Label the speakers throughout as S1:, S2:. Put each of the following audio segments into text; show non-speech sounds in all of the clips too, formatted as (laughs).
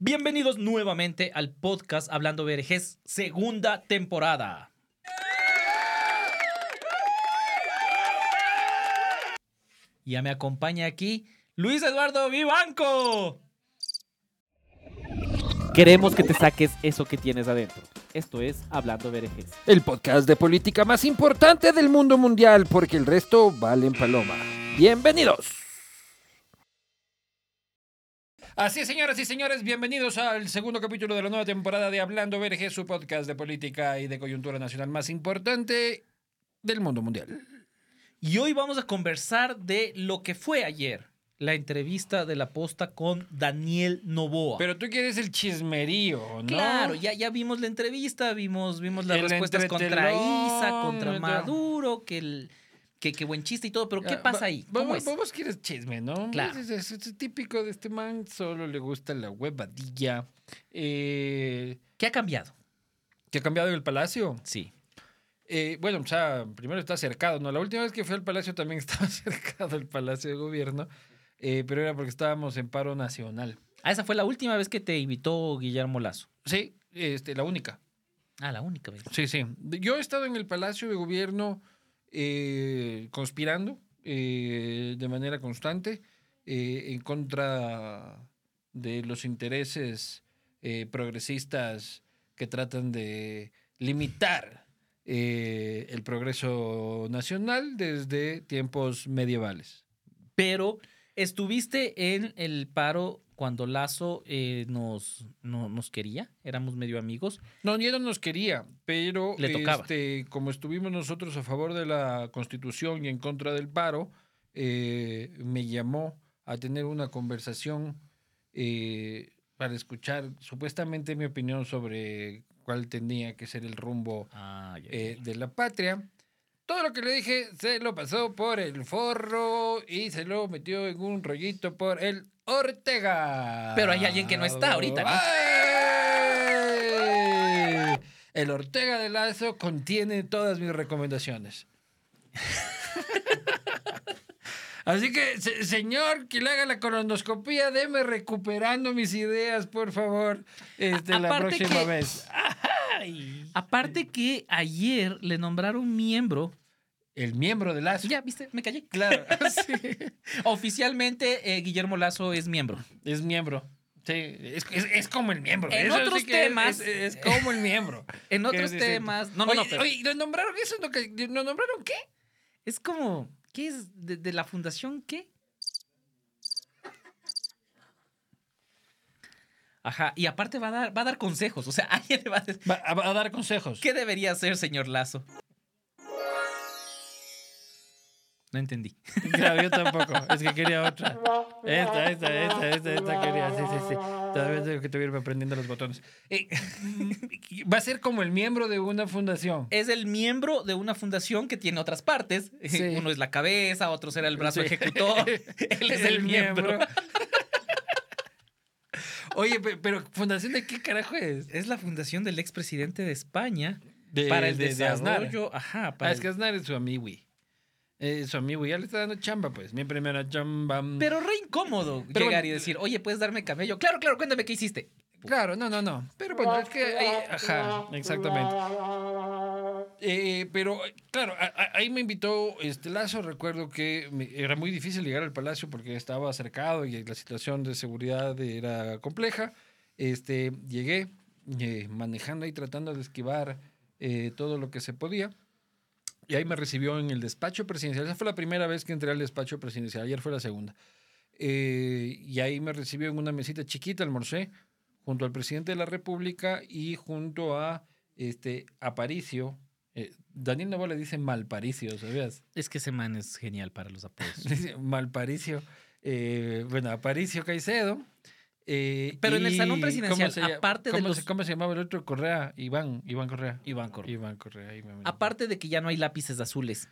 S1: Bienvenidos nuevamente al podcast Hablando Vergés, segunda temporada. Ya me acompaña aquí Luis Eduardo Vivanco.
S2: Queremos que te saques eso que tienes adentro. Esto es Hablando Verejes.
S3: El podcast de política más importante del mundo mundial, porque el resto valen paloma. Bienvenidos.
S4: Así es, señoras y señores, bienvenidos al segundo capítulo de la nueva temporada de Hablando Verge, su podcast de política y de coyuntura nacional más importante del mundo mundial.
S1: Y hoy vamos a conversar de lo que fue ayer, la entrevista de la posta con Daniel Novoa.
S4: Pero tú quieres el chismerío, ¿no?
S1: Claro, ya, ya vimos la entrevista, vimos, vimos las
S4: El
S1: respuestas contra
S4: entretelón,
S1: Isa, contra
S4: el-
S1: Maduro, que, el, que, que buen chiste y todo, pero ¿qué
S4: Ah,
S1: pasa
S4: va-
S1: ahí? ¿Cómo
S4: Vamos,
S1: es?
S4: vamos quieres chisme, ¿no?
S1: Claro.
S4: Es, es- es típico de este man, solo le gusta la huevadilla. Eh,
S1: ¿Qué ha cambiado?
S4: ¿Qué ha cambiado el palacio?
S1: Sí.
S4: Eh, bueno, o sea, primero está cercado, ¿no? La última vez que fui al palacio también (laughs) estaba cercado el palacio de gobierno, eh, pero era porque estábamos en paro nacional.
S1: Ah, esa fue la última vez que te invitó Guillermo Lazo.
S4: Sí, este, la única.
S1: Ah, la única vez.
S4: Sí, sí. Yo he estado en el Palacio de Gobierno eh, conspirando eh, de manera constante eh, en contra de los intereses eh, progresistas que tratan de limitar eh, el progreso nacional desde tiempos medievales.
S1: Pero estuviste en el paro cuando Lazo eh, nos, no- nos quería, éramos medio amigos.
S4: No, ni él no nos quería, pero
S1: Le tocaba.
S4: este, como estuvimos nosotros a favor de la constitución y en contra del paro, eh, me llamó a tener una conversación eh, para escuchar supuestamente mi opinión sobre cuál tenía que ser el rumbo
S1: Ah, ya, ya,
S4: eh,
S1: ya.
S4: de la patria. Todo lo que le dije se lo pasó por el forro y se lo metió en un rollito por el Ortega.
S1: Pero hay alguien que no está ahorita, ¿no?
S4: ¡Ay! El Ortega de Lazo contiene todas mis
S1: (laughs)
S4: recomendaciones. Así que, se- señor, que le haga la colonoscopía, deme recuperando mis ideas, por favor, este,
S1: A-
S4: la
S1: aparte
S4: próxima
S1: que-
S4: vez.
S1: Aparte que ayer le nombraron miembro.
S4: El miembro de Lazo.
S1: Ya, viste, me callé. (laughs)
S4: Claro, sí.
S1: Oficialmente eh, Guillermo Lazo es miembro.
S4: Es miembro. Sí, es, es- es como el miembro.
S1: En
S4: Eso sí
S1: otros
S4: que es-
S1: temas-
S4: Es, es como el miembro.
S1: En
S4: Que
S1: otros
S4: es distinto.
S1: temas. (laughs) No, no,
S4: oye,
S1: no, pero
S4: oye, ¿lo nombraron eso? ¿No que- ¿Lo nombraron qué?
S1: es como. ¿Qué es? ¿De, de la fundación qué? Ajá, y aparte va a dar, va a dar consejos. O sea, (laughs) alguien le va a decir.
S4: Va a, va a dar consejos. (laughs)
S1: ¿Qué debería hacer, señor Lazo? No entendí.
S4: Claro, yo tampoco. Es que quería otra. Esta, esta, esta, esta, esta quería. Sí, sí, sí. Todavía tengo que estuviera aprendiendo los botones. Eh, (laughs) va a ser como el miembro de una fundación.
S1: Es el miembro de una fundación que tiene otras partes. (laughs)
S4: Sí.
S1: Uno es la cabeza, otro será el brazo
S4: Sí. (laughs)
S1: ejecutor. Él es el, miembro.
S4: Oye, pe- pero ¿fundación de qué carajo es?
S1: Pues, Es la fundación del expresidente de España
S4: De-
S1: para el
S4: de- de Aznar.
S1: desarrollo. ajá, para
S4: Ah, es
S1: el-
S4: que Aznar es su amigui. Eh, su amigui. Ya le está dando chamba, pues. Mi primera chamba.
S1: Pero re incómodo
S4: Pero
S1: llegar
S4: bueno.
S1: y decir, oye, ¿puedes darme camello? Claro, claro, cuéntame qué hiciste.
S4: Claro, no, no, no. Pero bueno, Pues es que ahí- Ajá, exactamente. Eh, pero, claro, a- a- ahí me invitó este Lazo. Recuerdo que me- era muy difícil llegar al palacio porque estaba cercado y la situación de seguridad era compleja. Este, llegué eh, manejando y tratando de esquivar eh, todo lo que se podía. Y ahí me recibió en el despacho presidencial. Esa fue la primera vez que entré al despacho presidencial. Ayer fue la segunda. Eh, y ahí me recibió en una mesita chiquita, almorcé, junto al presidente de la República y junto a este Aparicio. Eh, Daniel Novoa le dice Malparicio, ¿sabías?
S1: Es que ese man es genial para los apodos.
S4: Le dice Malparicio. Eh, bueno, Aparicio Caicedo. eh,
S1: Pero en el
S4: y-
S1: salón presidencial,
S4: ¿cómo se llama-
S1: aparte de
S4: cómo
S1: los-
S4: se- ¿Cómo se llamaba el otro? Correa, Iván, Iván Correa.
S1: (laughs) Iván Correa.
S4: Iván Correa. ahí me-
S1: Aparte de que ya no hay lápices azules.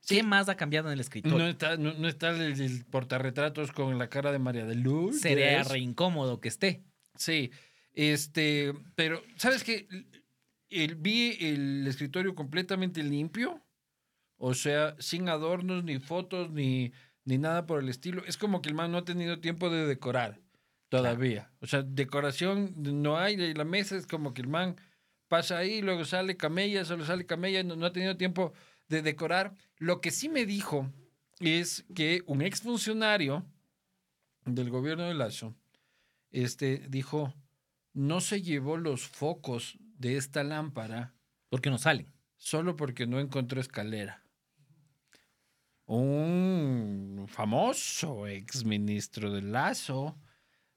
S4: Sí.
S1: ¿Qué más ha cambiado en el escritorio?
S4: No está, no, no está el, el portarretratos con la cara de María de Luz.
S1: Sería re incómodo que esté.
S4: Sí. Este, pero, ¿sabes qué? El- vi el escritorio completamente limpio. O sea, sin adornos, ni fotos, ni, ni nada por el estilo. Es como que el man no ha tenido tiempo de decorar. todavía. O sea, decoración no hay, y la mesa es como que el man pasa ahí, luego sale camella, solo sale camella, no, no ha tenido tiempo de decorar. Lo que sí me dijo es que un exfuncionario del gobierno de Lazo este, dijo, no se llevó los focos de esta lámpara
S1: Porque no salen.
S4: solo porque no encontró escalera. Un famoso ex ministro de Lazo,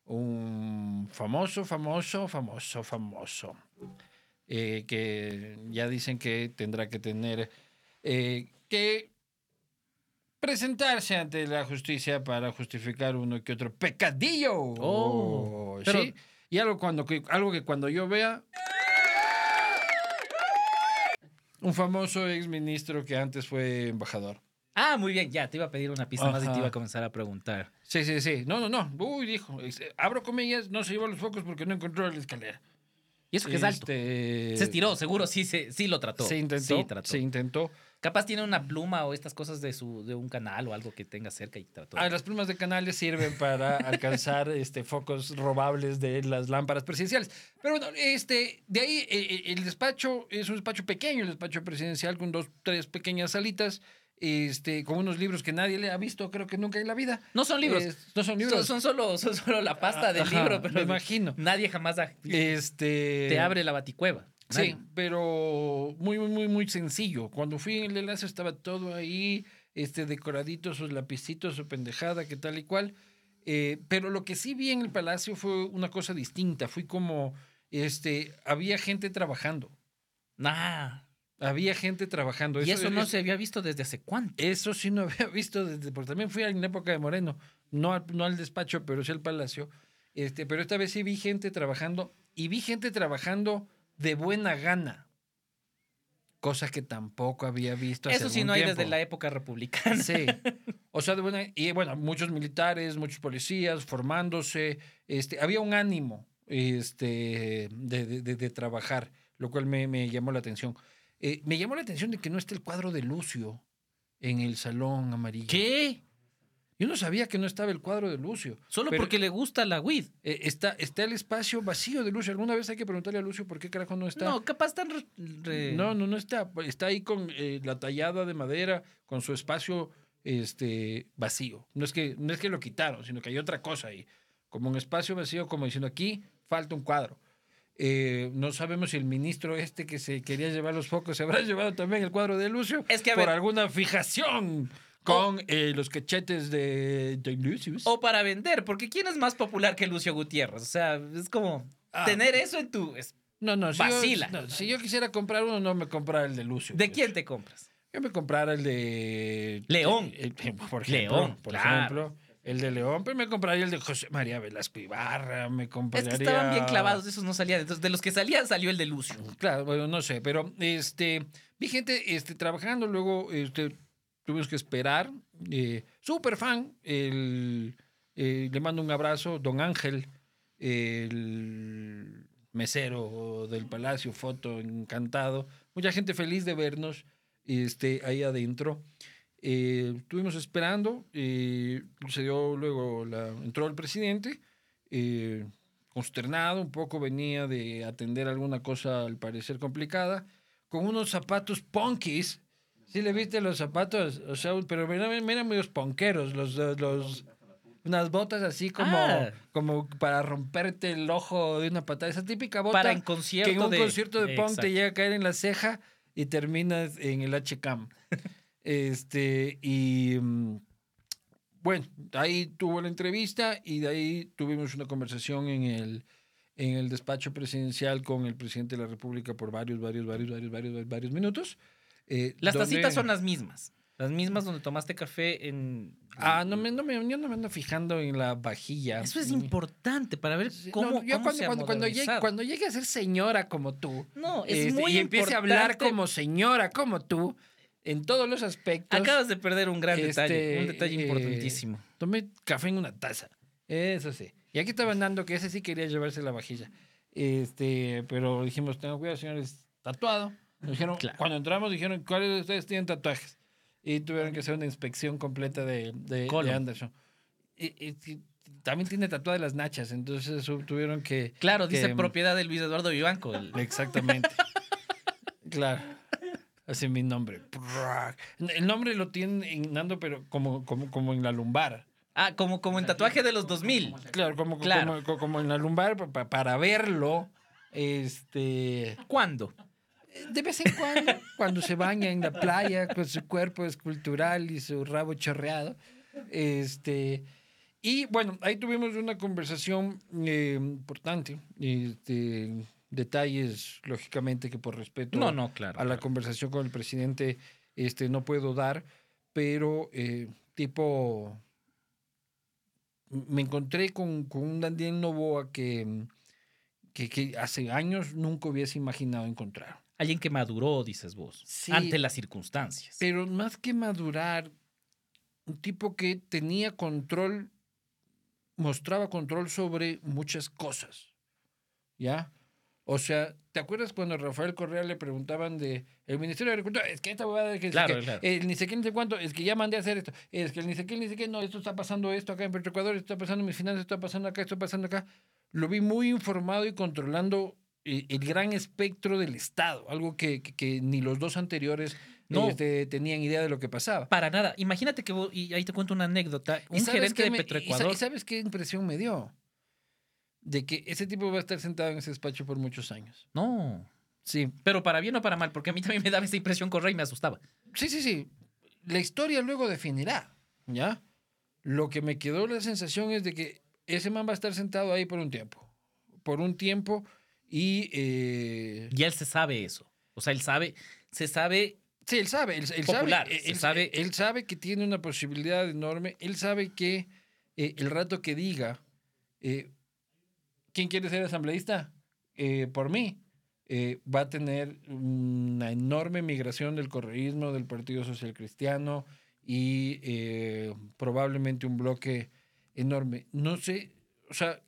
S4: un famoso, famoso, famoso, famoso, eh, que ya dicen que tendrá que tener eh, que presentarse ante la justicia para justificar uno que otro pecadillo.
S1: Oh,
S4: ¿Sí?
S1: pero-
S4: Y algo, cuando, que- algo que cuando yo vea un famoso exministro que antes fue embajador.
S1: Ah, muy bien, ya, te iba a pedir una pista más y te
S4: Ajá.
S1: iba a comenzar a preguntar.
S4: Sí, sí, sí. No, no, no. Uy, dijo. este, Abro comillas, no se llevó los focos porque no encontró la escalera.
S1: Y eso que es alto.
S4: Este,
S1: Se estiró, seguro, sí, se, sí lo trató.
S4: Se intentó.
S1: Sí, trató.
S4: Se intentó.
S1: Capaz tiene una pluma o estas cosas de, su, de un canal o algo que tenga cerca y trató.
S4: Ah, las plumas de canales
S1: (laughs)
S4: sirven para alcanzar este, focos robables de las lámparas presidenciales. Pero bueno, este, de ahí eh, eh, el despacho es un despacho pequeño, el despacho presidencial con dos, tres pequeñas salitas, este, con unos libros que nadie le ha visto, creo que nunca en la vida.
S1: no son libros. Ah,
S4: Eh, no son
S1: son,
S4: libros.
S1: son solo, son solo la pasta del
S4: Ajá,
S1: libro, pero (laughs)
S4: me imagino.
S1: nadie jamás ha-
S4: Este,
S1: te abre la baticueva.
S4: Sí,
S1: Nadie.
S4: pero muy, muy, muy, muy sencillo. Cuando fui en el enlace estaba todo ahí, este, decoradito, sus lapicitos, su pendejada, que tal y cual. Eh, pero lo que sí vi en el palacio fue una cosa distinta. Fui como, este, había gente trabajando.
S1: Nah.
S4: Había gente trabajando.
S1: Y eso no
S4: es-
S1: se había visto desde hace cuánto.
S4: Eso sí no (laughs) había visto desde, porque también fui en la época de Moreno, no al, no al despacho, pero sí al palacio. Este, pero esta vez sí vi gente trabajando y vi gente trabajando de buena gana, cosa que tampoco había visto. hace
S1: Eso sí
S4: algún
S1: no hay
S4: tiempo.
S1: desde la época (laughs) republicana.
S4: Sí. O sea, de buena, y bueno, muchos militares, muchos policías formándose. Este, había un ánimo este, de, de- de- de trabajar, lo cual me, me llamó la atención. Eh, me llamó la atención de que no esté el cuadro de Lucio en el salón amarillo.
S1: ¿Qué?
S4: Yo no sabía que no estaba el cuadro de Lucio.
S1: Solo
S4: Pero,
S1: porque le gusta la weed.
S4: eh, está, está el espacio vacío de Lucio. Alguna vez hay que preguntarle a Lucio por qué carajo no está.
S1: No, capaz tan. re- re-
S4: No, no, no está. Está ahí con eh, la tallada de madera, con su espacio este, vacío. No es, que, no es que lo quitaron, sino que hay otra cosa ahí. Como un espacio vacío, como diciendo aquí falta un cuadro. Eh, no sabemos si el ministro este que se quería llevar los focos se habrá (laughs) llevado también el cuadro de Lucio
S1: Es que, a
S4: por
S1: ver- Oh.
S4: alguna fijación con eh, los cachetes de, de Lucius.
S1: O para vender, porque ¿quién es más popular que Lucio Gutiérrez? O sea, es como
S4: Ah.
S1: tener eso en tu. es-
S4: no, no, si,
S1: Vacila.
S4: Yo, no, si yo quisiera comprar uno, no me comprara el de Lucio.
S1: ¿De
S4: pues.
S1: quién te compras?
S4: Yo me comprara el de
S1: León.
S4: El- el- por ejemplo,
S1: León,
S4: por
S1: claro.
S4: ejemplo, el de León, pero me compraría el de José María Velasco Ibarra, me
S1: Es
S4: compraría
S1: que estaban bien clavados, esos no salían. Entonces, de los que salían, salió el de Lucio.
S4: Claro, bueno, no sé, pero este vi gente este trabajando, luego este tuvimos que esperar eh, super fan el eh, le mando un abrazo, don Ángel, el mesero del Palacio, foto, encantado. Mucha gente feliz de vernos este, ahí adentro. Eh, estuvimos esperando, eh, se dio luego, la, entró el presidente, eh, consternado, un poco venía de atender alguna cosa al parecer complicada, con unos zapatos punkis. ¿Sí le viste los zapatos? O sea, pero eran, eran medios ponqueros, los, los- los- unas botas así como,
S1: Ah.
S4: como para romperte el ojo de una patada. Esa típica bota
S1: Para en concierto.
S4: que en un
S1: de-
S4: concierto de punk
S1: Exacto.
S4: te llega a caer en la ceja y terminas en el
S1: (laughs)
S4: HCAM. este, y mm, bueno, ahí tuvo la entrevista y de ahí tuvimos una conversación en el, en el despacho presidencial con el presidente de la República por varios, varios, varios, varios, varios, varios minutos. eh,
S1: Las
S4: donde-
S1: tacitas son las mismas. Las mismas donde tomaste café en.
S4: Ah, no me, no me, yo no me ando fijando en la vajilla.
S1: Eso es
S4: Ni-
S1: importante para ver
S4: Sí, no,
S1: cómo.
S4: yo
S1: cómo
S4: cuando,
S1: se ha
S4: cuando, cuando llegue,
S1: modernizado.
S4: cuando llegue a ser señora como tú,
S1: No, es
S4: este,
S1: muy
S4: y empiece a hablar
S1: importante.
S4: como señora, como tú, en todos los aspectos.
S1: Acabas de perder un gran
S4: Este,
S1: detalle. Un detalle
S4: eh,
S1: importantísimo.
S4: Tomé café en una taza. Eso sí. Y aquí estaba Nando, que ese sí quería llevarse la vajilla. Este, pero dijimos, tengan cuidado, señores, tatuado. Nos dijeron,
S1: Claro.
S4: cuando entramos, dijeron, ¿cuáles de ustedes tienen tatuajes? Y tuvieron que hacer una inspección completa de, de- de
S1: Colon.
S4: Anderson. Y- y- y- también tiene tatuadas las nachas, entonces su- tuvieron que...
S1: Claro,
S4: que,
S1: dice
S4: mm,
S1: propiedad de Luis Eduardo Vivanco. el-
S4: Exactamente. (laughs) claro. Así mi nombre. Prrrr. El nombre lo tienen en Nando, pero como, como, como en la lumbar.
S1: ah, como, como en tatuaje de los 2000.
S4: Claro, como,
S1: Claro.
S4: como, como en la lumbar pa- pa- para verlo. Este,
S1: ¿Cuándo?
S4: de vez en cuando, cuando se baña en la playa con su cuerpo escultural y su rabo chorreado. Este, y bueno, ahí tuvimos una conversación eh, importante. Este, detalles, lógicamente, que por respeto
S1: No, no, claro.
S4: a la
S1: claro.
S4: conversación con el presidente este, no puedo dar, pero eh, tipo, me encontré con, con un Daniel Novoa que, que, que hace años nunca hubiese imaginado encontrar.
S1: Alguien que maduró, dices vos,
S4: Sí.
S1: ante las circunstancias.
S4: Pero más que madurar, un tipo que tenía control, mostraba control sobre muchas cosas. ¿Ya? O sea, ¿te acuerdas cuando a Rafael Correa le preguntaban de el Ministerio de Agricultura? Es que esta huevada es que, es
S1: Claro,
S4: que-
S1: claro.
S4: el ni sé qué, ni sé cuánto, es que ya mandé a hacer esto, es que el ni sé qué, ni sé qué, no, esto está pasando esto acá en Petro Ecuador, esto está pasando en mis finanzas, esto está pasando acá, esto está pasando acá. Lo vi muy informado y controlando eh, el gran espectro del Estado, algo que, que- que ni los dos anteriores
S1: No.
S4: este, tenían idea de lo que pasaba.
S1: Para nada. Imagínate que vos, y ahí te cuento una anécdota,
S4: ¿Y
S1: un
S4: sabes
S1: gerente
S4: qué
S1: de
S4: me- y sa-
S1: Petroecuador.
S4: ¿Y sabes qué impresión me dio? De que ese tipo va a estar sentado en ese despacho por muchos años.
S1: No.
S4: Sí,
S1: Pero para bien o para mal, porque a mí también me daba esa impresión correa y me asustaba.
S4: Sí, sí, sí. La historia luego definirá, ¿ya? Lo que me quedó la sensación es de que ese man va a estar sentado ahí por un tiempo. Por un tiempo y... eh,
S1: Y él se sabe eso. O sea, él sabe, se sabe
S4: sí, él sabe. Él, él
S1: Popular,
S4: sabe, él,
S1: se sabe.
S4: él sabe que tiene una posibilidad enorme. Él sabe que eh, el rato que diga, eh, ¿quién quiere ser asambleísta? Eh, por mí. eh, va a tener una enorme migración del correísmo, del Partido Social Cristiano y eh, probablemente un bloque enorme. No sé, o sea,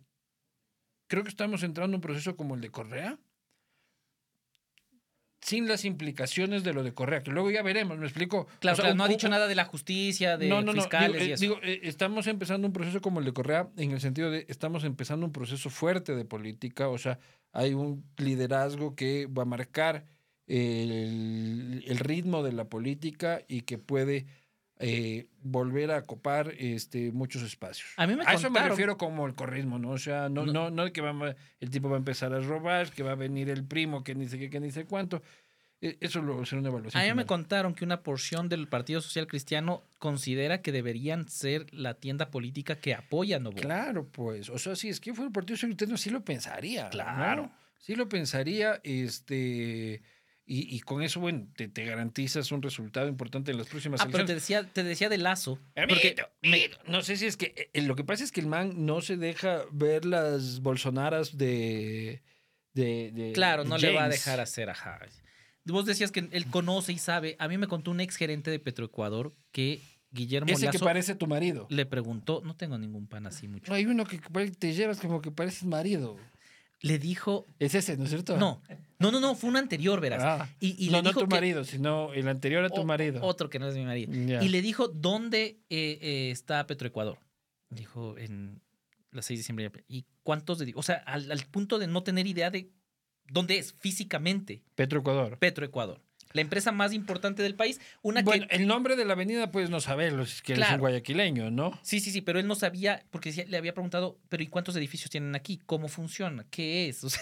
S4: creo que estamos entrando en un proceso como el de Correa, sin las implicaciones de lo de Correa, que luego ya veremos, ¿me explico?
S1: Claro,
S4: O sea,
S1: claro,
S4: un-
S1: no ha
S4: un-
S1: dicho nada de la justicia, de fiscales
S4: digo,
S1: y
S4: eh,
S1: eso.
S4: digo, eh, estamos empezando un proceso como el de Correa, en el sentido de estamos empezando un proceso fuerte de política, o sea, hay un liderazgo que va a marcar el, el ritmo de la política y que puede eh, volver a copar este, muchos espacios.
S1: A mí me
S4: eso me
S1: contaron-
S4: refiero como el corrismo, ¿no? O sea, no, no, no que va- el tipo va a empezar a robar, que va a venir el primo, que ni sé qué, que ni sé cuánto. Eh, Eso lo será una evaluación.
S1: a mí me
S4: final.
S1: contaron que una porción del Partido Social Cristiano considera que deberían ser la tienda política que apoya a Novoa.
S4: Claro, pues. O sea, si es que fuera el Partido Socialista, sí lo pensaría.
S1: Claro.
S4: ¿no? Sí lo pensaría, este. Y, y con eso, bueno, te, te garantizas un resultado importante en las próximas
S1: Ah, pero te
S4: elecciones.
S1: decía, te decía de Lazo.
S4: Porque
S1: Porque
S4: me- no sé si es que. eh, eh, lo que pasa es que el man no se deja ver las bolsonaras de. de, de-
S1: Claro,
S4: de
S1: no le va a
S4: James.
S1: dejar hacer ajá. Vos decías que él conoce y sabe. A mí me contó un ex gerente de Petroecuador que Guillermo
S4: Ese que
S1: Lazo
S4: parece tu marido.
S1: le preguntó, no tengo ningún pan así mucho.
S4: No, hay uno que pare- te llevas como que pareces marido.
S1: Le dijo,
S4: Es ese, ¿no es cierto?
S1: no, no, no, no, fue un anterior, verás.
S4: Ah.
S1: y, y
S4: no,
S1: le
S4: no
S1: dijo
S4: tu
S1: que-
S4: marido, sino el anterior a tu
S1: o-
S4: marido.
S1: Otro que no es mi marido.
S4: Ya.
S1: Y le dijo, ¿dónde eh, eh, está Petroecuador? Dijo, en la 6 de diciembre. ¿Y cuántos de...? O sea, al, al punto de no tener idea de dónde es físicamente
S4: Petroecuador.
S1: Petroecuador. La empresa más importante del país. Una
S4: Bueno,
S1: que...
S4: el nombre de la avenida puedes no saberlo, si es que eres un
S1: Claro.
S4: guayaquileño, ¿no?
S1: Sí, sí, sí, pero él no sabía, porque decía- le había preguntado, pero ¿y cuántos edificios tienen aquí? ¿Cómo funciona? ¿Qué es? O sea,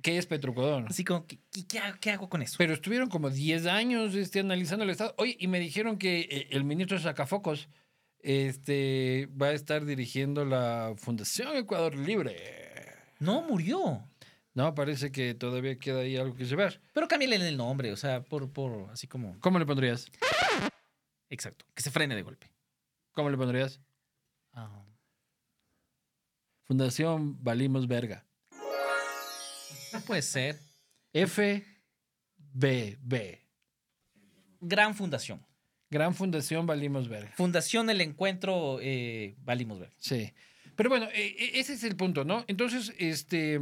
S4: Que es Petrocodón.
S1: así como, ¿qué, qué- qué hago, qué hago con eso?
S4: Pero estuvieron como 10 años este, analizando el Estado. Oye, y me dijeron que eh, el ministro Sacafocos este, va a estar dirigiendo la Fundación Ecuador Libre.
S1: No, murió.
S4: No, parece que todavía queda ahí algo que llevar.
S1: Pero cámbiale el nombre, o sea, por, por así como...
S4: ¿Cómo le pondrías?
S1: Exacto, que se frene de golpe.
S4: ¿Cómo le pondrías?
S1: Ah.
S4: Fundación Valimos Verga.
S1: No puede ser.
S4: FBB.
S1: Gran fundación.
S4: Gran Fundación Valimos Verga.
S1: Fundación El Encuentro eh, Valimos Ver.
S4: Sí. Pero bueno, eh, eh, ese es el punto, ¿no? Entonces, este.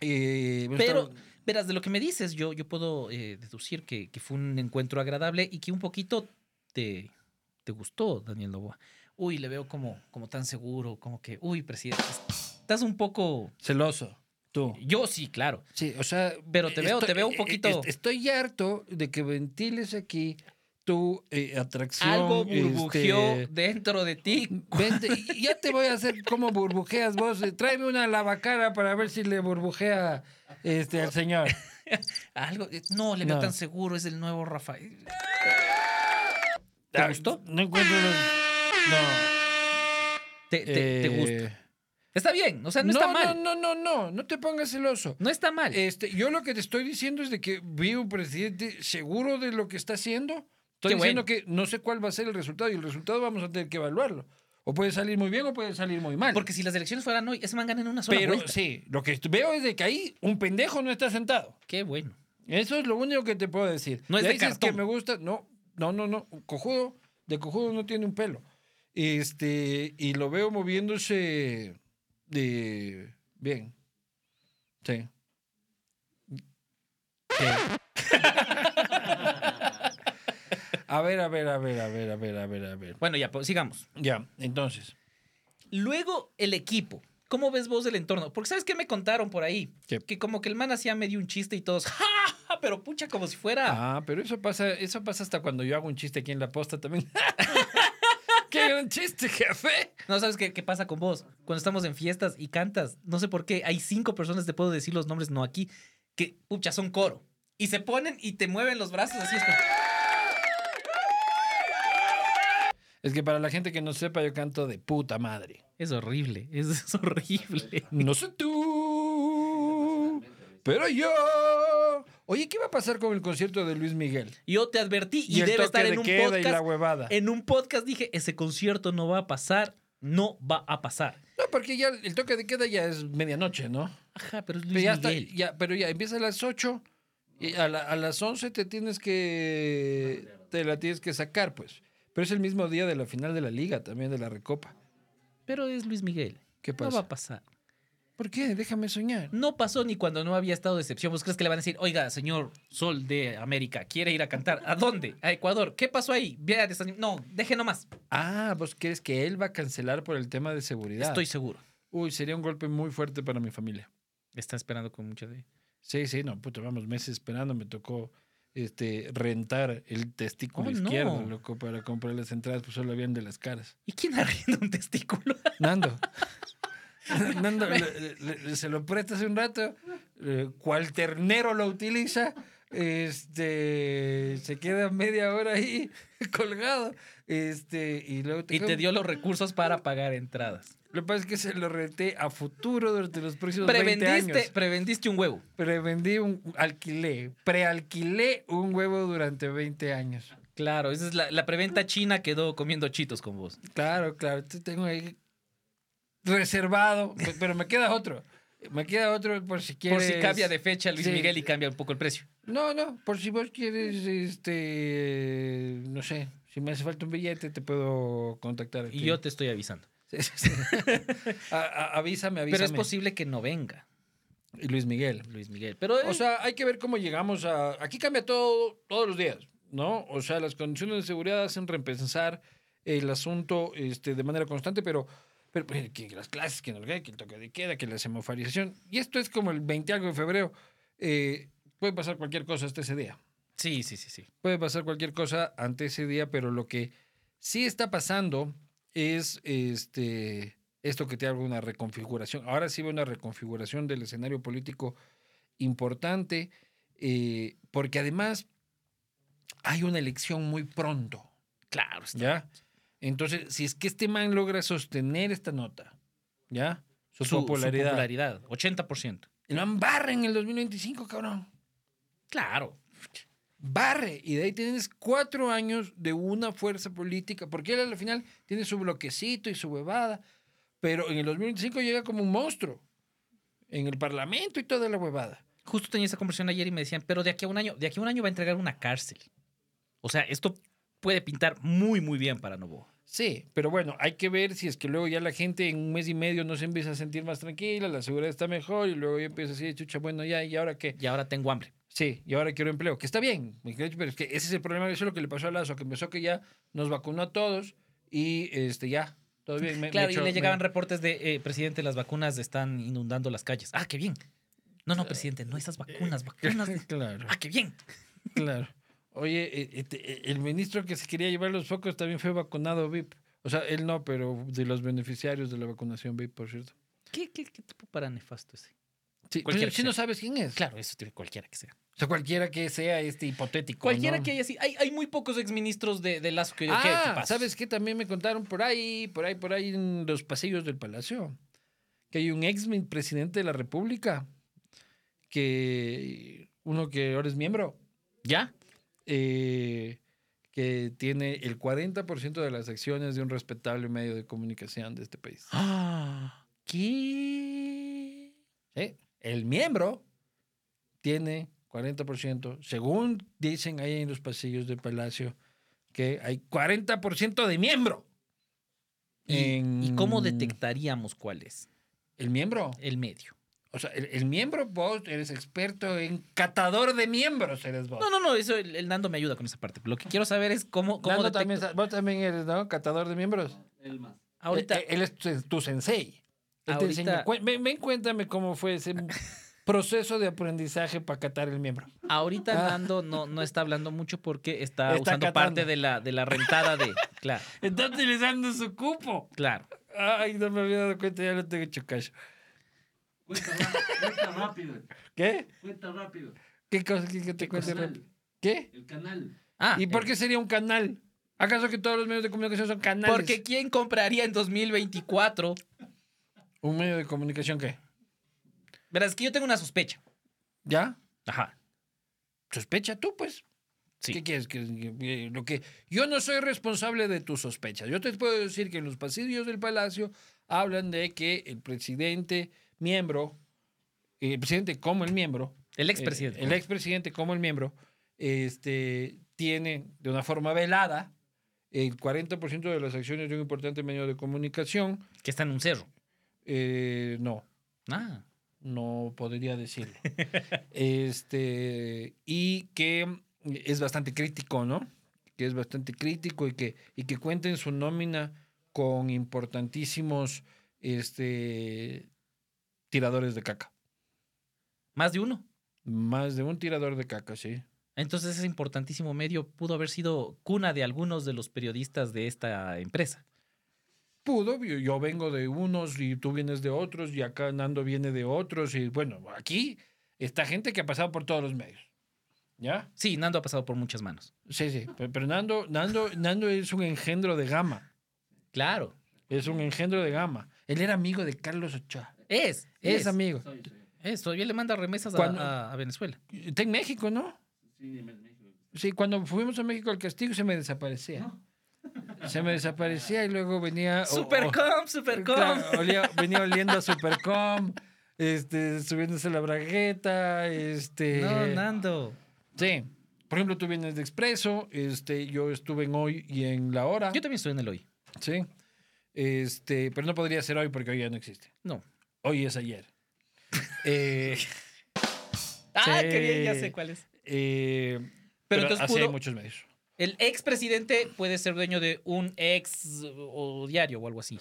S4: eh, bueno,
S1: Pero,
S4: estaba-
S1: verás, de lo que me dices, yo, yo puedo eh, deducir que, que fue un encuentro agradable y que un poquito te, te gustó, Daniel Novoa. uy, le veo como, como tan seguro, como que, uy, presidente, estás un poco...
S4: Celoso. Tú.
S1: Yo sí, claro.
S4: Sí, o sea.
S1: Pero te veo, te veo un poquito-
S4: est- Estoy harto de que ventiles aquí tu eh, atracción.
S1: Algo burbujeó
S4: este,
S1: dentro de ti.
S4: vente, y ya te voy a hacer como burbujeas vos. eh, Tráeme una lavacara para ver si le burbujea este, al señor.
S1: Algo, eh, no, le veo
S4: No.
S1: tan seguro, es el nuevo Rafael. ¿Te gustó?
S4: Ah, No encuentro los- No.
S1: Te, te- te gusta.
S4: eh,
S1: Está bien, o sea, no,
S4: no,
S1: está mal. No,
S4: No, no, no, no. No te pongas celoso.
S1: está mal.
S4: Este, yo lo que te estoy diciendo es de que vi un presidente seguro de lo que está haciendo. Estoy
S1: Qué
S4: diciendo
S1: bueno.
S4: que no sé cuál va a ser el resultado y el resultado vamos a tener que evaluarlo. O puede salir muy bien o puede salir muy mal.
S1: Porque si las elecciones fueran hoy, ese man gana en una sola
S4: pero
S1: vuelta.
S4: sí, lo que veo es de que ahí un pendejo no está sentado.
S1: Qué bueno.
S4: Eso es lo único que te puedo decir.
S1: No es
S4: Ya
S1: de
S4: dices
S1: cartón.
S4: que me gusta, no, no, no, no, cojudo, de cojudo no tiene un pelo. Este, y lo veo moviéndose de bien. Sí. Sí. (laughs) a ver, a ver, a ver, a ver, a ver, a ver, a ver.
S1: Bueno, ya, pues, sigamos.
S4: Ya, entonces.
S1: Luego, el equipo. ¿Cómo ves vos el entorno? Porque ¿sabes qué me contaron por ahí?
S4: ¿Qué?
S1: Que como que el man hacía medio un chiste y todos, (laughs) ¡ja! ja", Pero pucha, como si fuera...
S4: Ah, pero eso pasa, eso pasa hasta cuando yo hago un chiste aquí en la posta también. (laughs) ¡Qué gran chiste, jefe!
S1: No sabes qué, qué pasa con vos. Cuando estamos en fiestas y cantas, no sé por qué, hay cinco personas, te puedo decir los nombres, no aquí, que pucha, son coro. Y se ponen y te mueven los brazos así. Es como,
S4: Es que para la gente que no sepa, yo canto de puta madre.
S1: Es horrible, es, (laughs) es horrible.
S4: No sé tú, pero yo. Oye, ¿qué va a pasar con el concierto de Luis Miguel?
S1: Yo te advertí y, debe
S4: toque
S1: estar
S4: de
S1: en un
S4: queda
S1: podcast.
S4: y la huevada.
S1: En un podcast dije, ese concierto no va a pasar, no va a pasar.
S4: No, porque ya el toque de queda ya es medianoche, ¿no?
S1: Ajá, pero es
S4: Pero
S1: Luis
S4: ya, está-
S1: Miguel.
S4: ya- pero ya empieza a las 8 y a, la- a las 11 te tienes que. Te la tienes que sacar, pues. Pero es el mismo día de la final de la liga, también de la Recopa.
S1: Pero es Luis Miguel.
S4: ¿Qué
S1: No
S4: pasa?
S1: va a pasar.
S4: ¿Por qué? Déjame soñar.
S1: No pasó ni cuando no había estado de excepción. ¿Vos crees que le van a decir, oiga, señor Sol de América, quiere ir a cantar? ¿A dónde? ¿A Ecuador? ¿Qué pasó ahí? Vea, desanim- No, deje nomás.
S4: Ah, ¿vos crees que él va a cancelar por el tema de seguridad?
S1: Estoy seguro.
S4: Uy, sería un golpe muy fuerte para mi familia.
S1: Está esperando con mucha de.
S4: Sí, sí, no, puto, vamos, meses esperando, me tocó este rentar el testículo
S1: Oh, no.
S4: izquierdo, loco, para comprar las entradas, pues solo habían de las caras.
S1: ¿Y quién arrienda un testículo?
S4: Nando. (laughs) Nando, le- le- le- se lo presta hace un rato, eh, cual ternero lo utiliza, este, se queda media hora ahí (laughs) colgado, este, y luego
S1: Y te dio los recursos para pagar entradas.
S4: Lo que pasa es que se lo renté a futuro durante los próximos 20 años.
S1: Prevendiste, prevendiste un huevo.
S4: Prevendí un alquilé, prealquilé un huevo durante 20 años.
S1: Claro, esa es la, la preventa china quedó comiendo chitos con vos.
S4: Claro, claro, te tengo ahí reservado, pe- pero me queda otro. Me queda otro por si quieres.
S1: Por si cambia de fecha Luis
S4: Sí.
S1: Miguel y cambia un poco el precio.
S4: No, no, por si vos quieres, este, no sé, si me hace falta un billete te puedo contactar.
S1: Y yo te estoy avisando.
S4: (laughs) Sí, sí, sí. A- a- avísame, avísame.
S1: Pero es posible que no venga
S4: Y Luis Miguel.
S1: Luis Miguel. Pero
S4: O sea, hay que ver cómo llegamos a... Aquí cambia todo todos los días, ¿no? O sea, las condiciones de seguridad hacen repensar el asunto este, de manera constante, pero, pero pues, que las clases, que no que el toque de queda, que la semaforización. Y esto es como el 20 algo de febrero. eh, puede pasar cualquier cosa hasta ese día.
S1: sí, sí, sí, sí.
S4: Puede pasar cualquier cosa ante ese día, pero lo que sí está pasando es este, esto que te hago una reconfiguración. Ahora sí veo una reconfiguración del escenario político importante, eh, porque además hay una elección muy pronto,
S1: Claro, está.
S4: ¿ya? Entonces, si es que este man logra sostener esta nota, ¿ya? Su, popularidad.
S1: popularidad, 80%.
S4: El man barre en el 2025, cabrón.
S1: Claro.
S4: barre y de ahí tienes cuatro años de una fuerza política, porque él al final tiene su bloquecito y su huevada, pero en el 2025 llega como un monstruo en el parlamento y toda la huevada.
S1: Justo tenía esa conversación ayer y me decían, pero de aquí a un año, de aquí a un año va a entregar una cárcel. O sea, esto puede pintar muy, muy bien para Novoa.
S4: Sí, pero bueno, hay que ver si es que luego ya la gente en un mes y medio no se empieza a sentir más tranquila, la seguridad está mejor y luego ya empieza así, chucha, bueno, ya, ¿y ahora qué?
S1: Y ahora tengo hambre.
S4: Sí, y ahora quiero empleo, que está bien, pero es que ese es el problema, eso es lo que le pasó a Lazo, que empezó que ya nos vacunó a todos y este ya, todo bien. me- me
S1: Claro,
S4: echó-
S1: y le
S4: me-
S1: llegaban
S4: (laughs)
S1: reportes de, eh, presidente, las vacunas están inundando las calles. Ah, qué bien. No, no, presidente, no esas vacunas, vacunas.
S4: (laughs)
S1: de-
S4: Claro,
S1: Ah, qué bien.
S4: claro. Oye, eh, eh, te- eh, el ministro que se quería llevar los focos también fue vacunado VIP. O sea, él no, pero de los beneficiarios de la vacunación VIP, por cierto.
S1: ¿Qué, qué, qué tipo para nefasto ese?
S4: Sí,
S1: Cualquiera
S4: pero
S1: que
S4: sí no
S1: sea.
S4: sabes quién es.
S1: Claro, eso tiene cualquiera que sea.
S4: O sea, cualquiera que sea este hipotético.
S1: Cualquiera
S4: ¿no?
S1: que haya sido. Hay, hay muy pocos exministros de, de Lazo que yo ¿qué- qué
S4: Ah,
S1: pasa?
S4: ¿sabes qué? También me contaron por ahí, por ahí, por ahí en los pasillos del palacio, que hay un ex presidente de la República, que uno que ahora es miembro,
S1: ¿Ya?
S4: eh, que tiene el 40% de las acciones de un respetable medio de comunicación de este país.
S1: Ah, ¿Qué?
S4: ¿sí? El miembro tiene 40%, según dicen ahí en los pasillos del palacio, que hay 40% de miembro.
S1: ¿Y, y cómo
S4: En-
S1: detectaríamos cuál es?
S4: El miembro.
S1: El medio.
S4: O sea, el, el miembro, vos eres experto en catador de miembros, eres vos.
S1: No, no, no, eso el, el Nando me ayuda con esa parte. Lo que quiero saber es cómo, cómo
S4: Nando,
S1: detecto-
S4: también sa- vos también eres, ¿no? Catador de miembros.
S1: Ahorita,
S4: Eh, eh, Él, es tu, tu sensei. Él te
S1: Ahorita-
S4: enseña. Cué- Ven, ven, cuéntame cómo
S1: (laughs)
S4: fue ese proceso de aprendizaje para catar el miembro.
S1: ahorita
S4: Ah.
S1: Nando no, no está hablando mucho porque está,
S4: Está
S1: usando
S4: catando.
S1: parte de la, de la rentada de. Claro,
S4: Está utilizando su cupo.
S1: claro.
S4: Ay, no me había dado cuenta, ya lo tengo hecho callo.
S5: Cuenta, ra- cuenta rápido,
S4: ¿Qué?
S5: cuenta rápido.
S4: ¿Qué cosa que que te cuente? rápido?
S5: Canal,
S4: ¿Qué?
S5: el canal.
S1: Ah,
S4: ¿Y por
S1: eh,
S4: qué sería un canal? ¿Acaso que todos los medios de comunicación son canales?
S1: Porque ¿quién compraría en 2024?
S4: ¿Un medio de comunicación qué?
S1: Verás, es que yo tengo una sospecha.
S4: ¿Ya?
S1: Ajá.
S4: Sospecha tú, pues.
S1: Sí.
S4: ¿Qué quieres? que- que- eh, lo que, yo no soy responsable de tus sospechas. Yo te puedo decir que en los pasillos del palacio hablan de que el presidente miembro, eh, el presidente como el miembro,
S1: El
S4: eh,
S1: expresidente.
S4: el expresidente como el miembro, este, tiene de una forma velada el 40% de las acciones de un importante medio de comunicación.
S1: que está en un cerro.
S4: Eh, no,
S1: Ah.
S4: no
S1: (laughs)
S4: podría decirlo. este, y que es bastante crítico, ¿no? Que es bastante crítico y que, y que cuenta en su nómina con importantísimos este, tiradores de caca.
S1: Más de uno.
S4: Más de un tirador de caca, sí.
S1: Entonces ese importantísimo medio pudo haber sido cuna de algunos de los periodistas de esta empresa.
S4: Pudo, yo, yo vengo de unos y tú vienes de otros y acá Nando viene de otros y bueno, aquí está gente que ha pasado por todos los medios. ¿Ya?
S1: Sí, Nando ha pasado por muchas manos.
S4: Sí, sí, pe- pero Nando, Nando, Nando es un engendro de gama.
S1: Claro.
S4: Es un engendro de gama. Él era amigo de Carlos Ochoa.
S1: Es.
S4: Es,
S1: Es,
S4: amigo.
S5: Soy, soy.
S1: es. Todavía le manda remesas a-
S4: Cuando-
S1: a- a Venezuela.
S4: Está en México, ¿no?
S5: Sí, en México.
S4: Sí, cuando fuimos a México al castigo se me desaparecía. Se me desaparecía y luego
S1: oh.
S4: venía. o- o-
S1: Supercom, Supercom.
S4: Claro, olía- venía oliendo a Supercom, este, subiéndose la bragueta, este.
S1: No, Nando.
S4: Sí. Por ejemplo, tú vienes de Expreso, este, yo estuve en hoy y en la hora.
S1: Yo también estoy en el hoy.
S4: Sí. Este, pero no podría ser hoy porque hoy ya no existe.
S1: No.
S4: Hoy
S1: (laughs)
S4: es ayer. Eh,
S1: Ah,
S4: Sí.
S1: qué bien, ya sé cuál es.
S4: eh,
S1: Pero
S4: pero,
S1: entonces
S4: así
S1: pudo-
S4: hay muchos medios.
S1: El expresidente puede ser dueño de un ex o diario o algo así.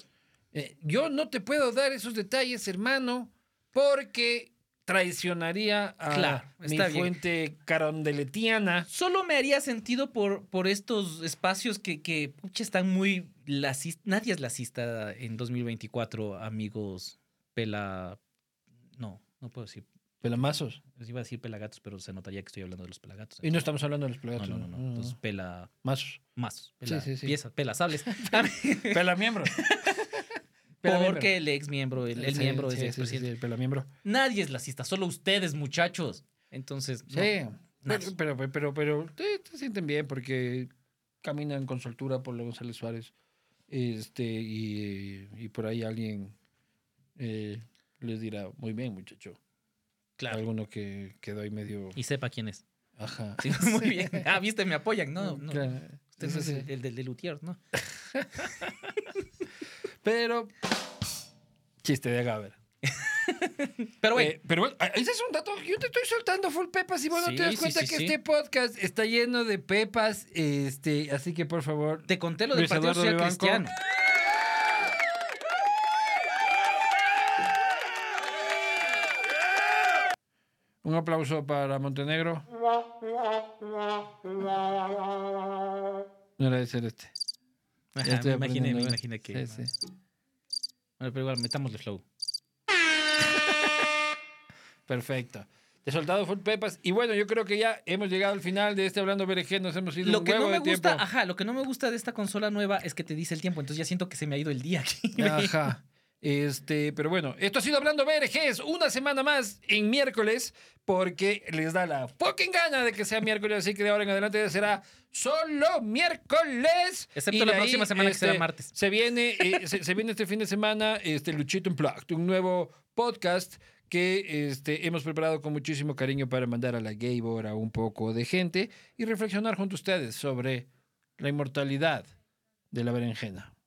S4: Eh, yo no te puedo dar esos detalles, hermano, porque traicionaría a
S1: Claro,
S4: mi
S1: está bien.
S4: fuente carondeletiana.
S1: Solo me haría sentido por, por estos espacios que, que pucha, están muy lacistas. Nadie es lacista en 2024, amigos. Pela. No, no puedo decir.
S4: Pelamazos.
S1: Les iba a decir pelagatos, pero se notaría que estoy hablando de los pelagatos.
S4: Y no estamos hablando de los Mm,
S1: no,
S4: pelagatos.
S1: no, no, no. Entonces, pela (laughs)
S4: Mazos.
S1: mazos, pela
S4: sí, sí.
S1: piezas, pela
S4: (laughs)
S1: sables.
S4: Pelamiembros.
S1: Porque el ex miembro, el, el
S4: Sí,
S1: miembro
S4: sí,
S1: es
S4: sí,
S1: expresidente.
S4: sí, el pelamiembro.
S1: Nadie es lacista, solo ustedes, muchachos. Entonces, no.
S4: Sí.
S1: Nada.
S4: Pero, pero, pero, pero, pero te, te sienten bien porque caminan con soltura por la González Suárez. Este, y, y por ahí alguien eh, les dirá, muy bien, muchacho.
S1: claro.
S4: Alguno que quedó ahí medio.
S1: Y sepa quién es. (laughs)
S4: Ajá.
S1: Sí,
S4: (laughs)
S1: muy bien. Ah, viste, me apoyan. No, no.
S4: Mm, Claro. eh,
S1: Usted no es
S4: Sí, sí,
S1: el,
S4: sí.
S1: el del de Lutier, ¿no?
S4: Pero. Chiste de Gaber.
S1: Pero bueno,
S4: Eh, pero bueno, ah, ese es un dato que yo te estoy soltando full pepas y vos no
S1: Sí,
S4: te das
S1: sí,
S4: cuenta
S1: sí,
S4: que
S1: sí.
S4: este podcast está lleno de pepas, este, así que por favor.
S1: te conté lo del
S4: Luis
S1: Partido
S4: Eduardo
S1: Social
S4: Vivanco.
S1: Cristiano.
S4: Un aplauso para Montenegro. No era ese, era este. Ya
S1: Ajá, (laughs)
S4: estoy
S1: me imaginé, me
S4: aprendiendo, ¿eh?
S1: imaginé que.
S4: Sí, sí.
S1: Bueno, pero igual, metámosle flow.
S4: Perfecto. Te he soltado full pepas. Y bueno, yo creo que ya hemos llegado al final de este Hablando BRG. Nos hemos ido
S1: Lo
S4: un
S1: que
S4: huevo
S1: no me
S4: de
S1: gusta,
S4: tiempo.
S1: ajá, lo que no me gusta de esta consola nueva es que te dice el tiempo, entonces ya siento que se me ha ido el día aquí.
S4: Ajá. Este, pero bueno, esto ha sido Hablando BRGs una semana más en miércoles, porque les da la fucking gana de que sea miércoles, así que de ahora en adelante será solo miércoles.
S1: Excepto
S4: Y de este,
S1: la próxima semana que será martes.
S4: Se viene, eh, (laughs) se, se viene este fin de semana este Luchito Unplugged, un nuevo podcast que este, hemos preparado con muchísimo cariño para mandar a la Gaybor a un poco de gente y reflexionar junto a ustedes sobre la inmortalidad de la berenjena.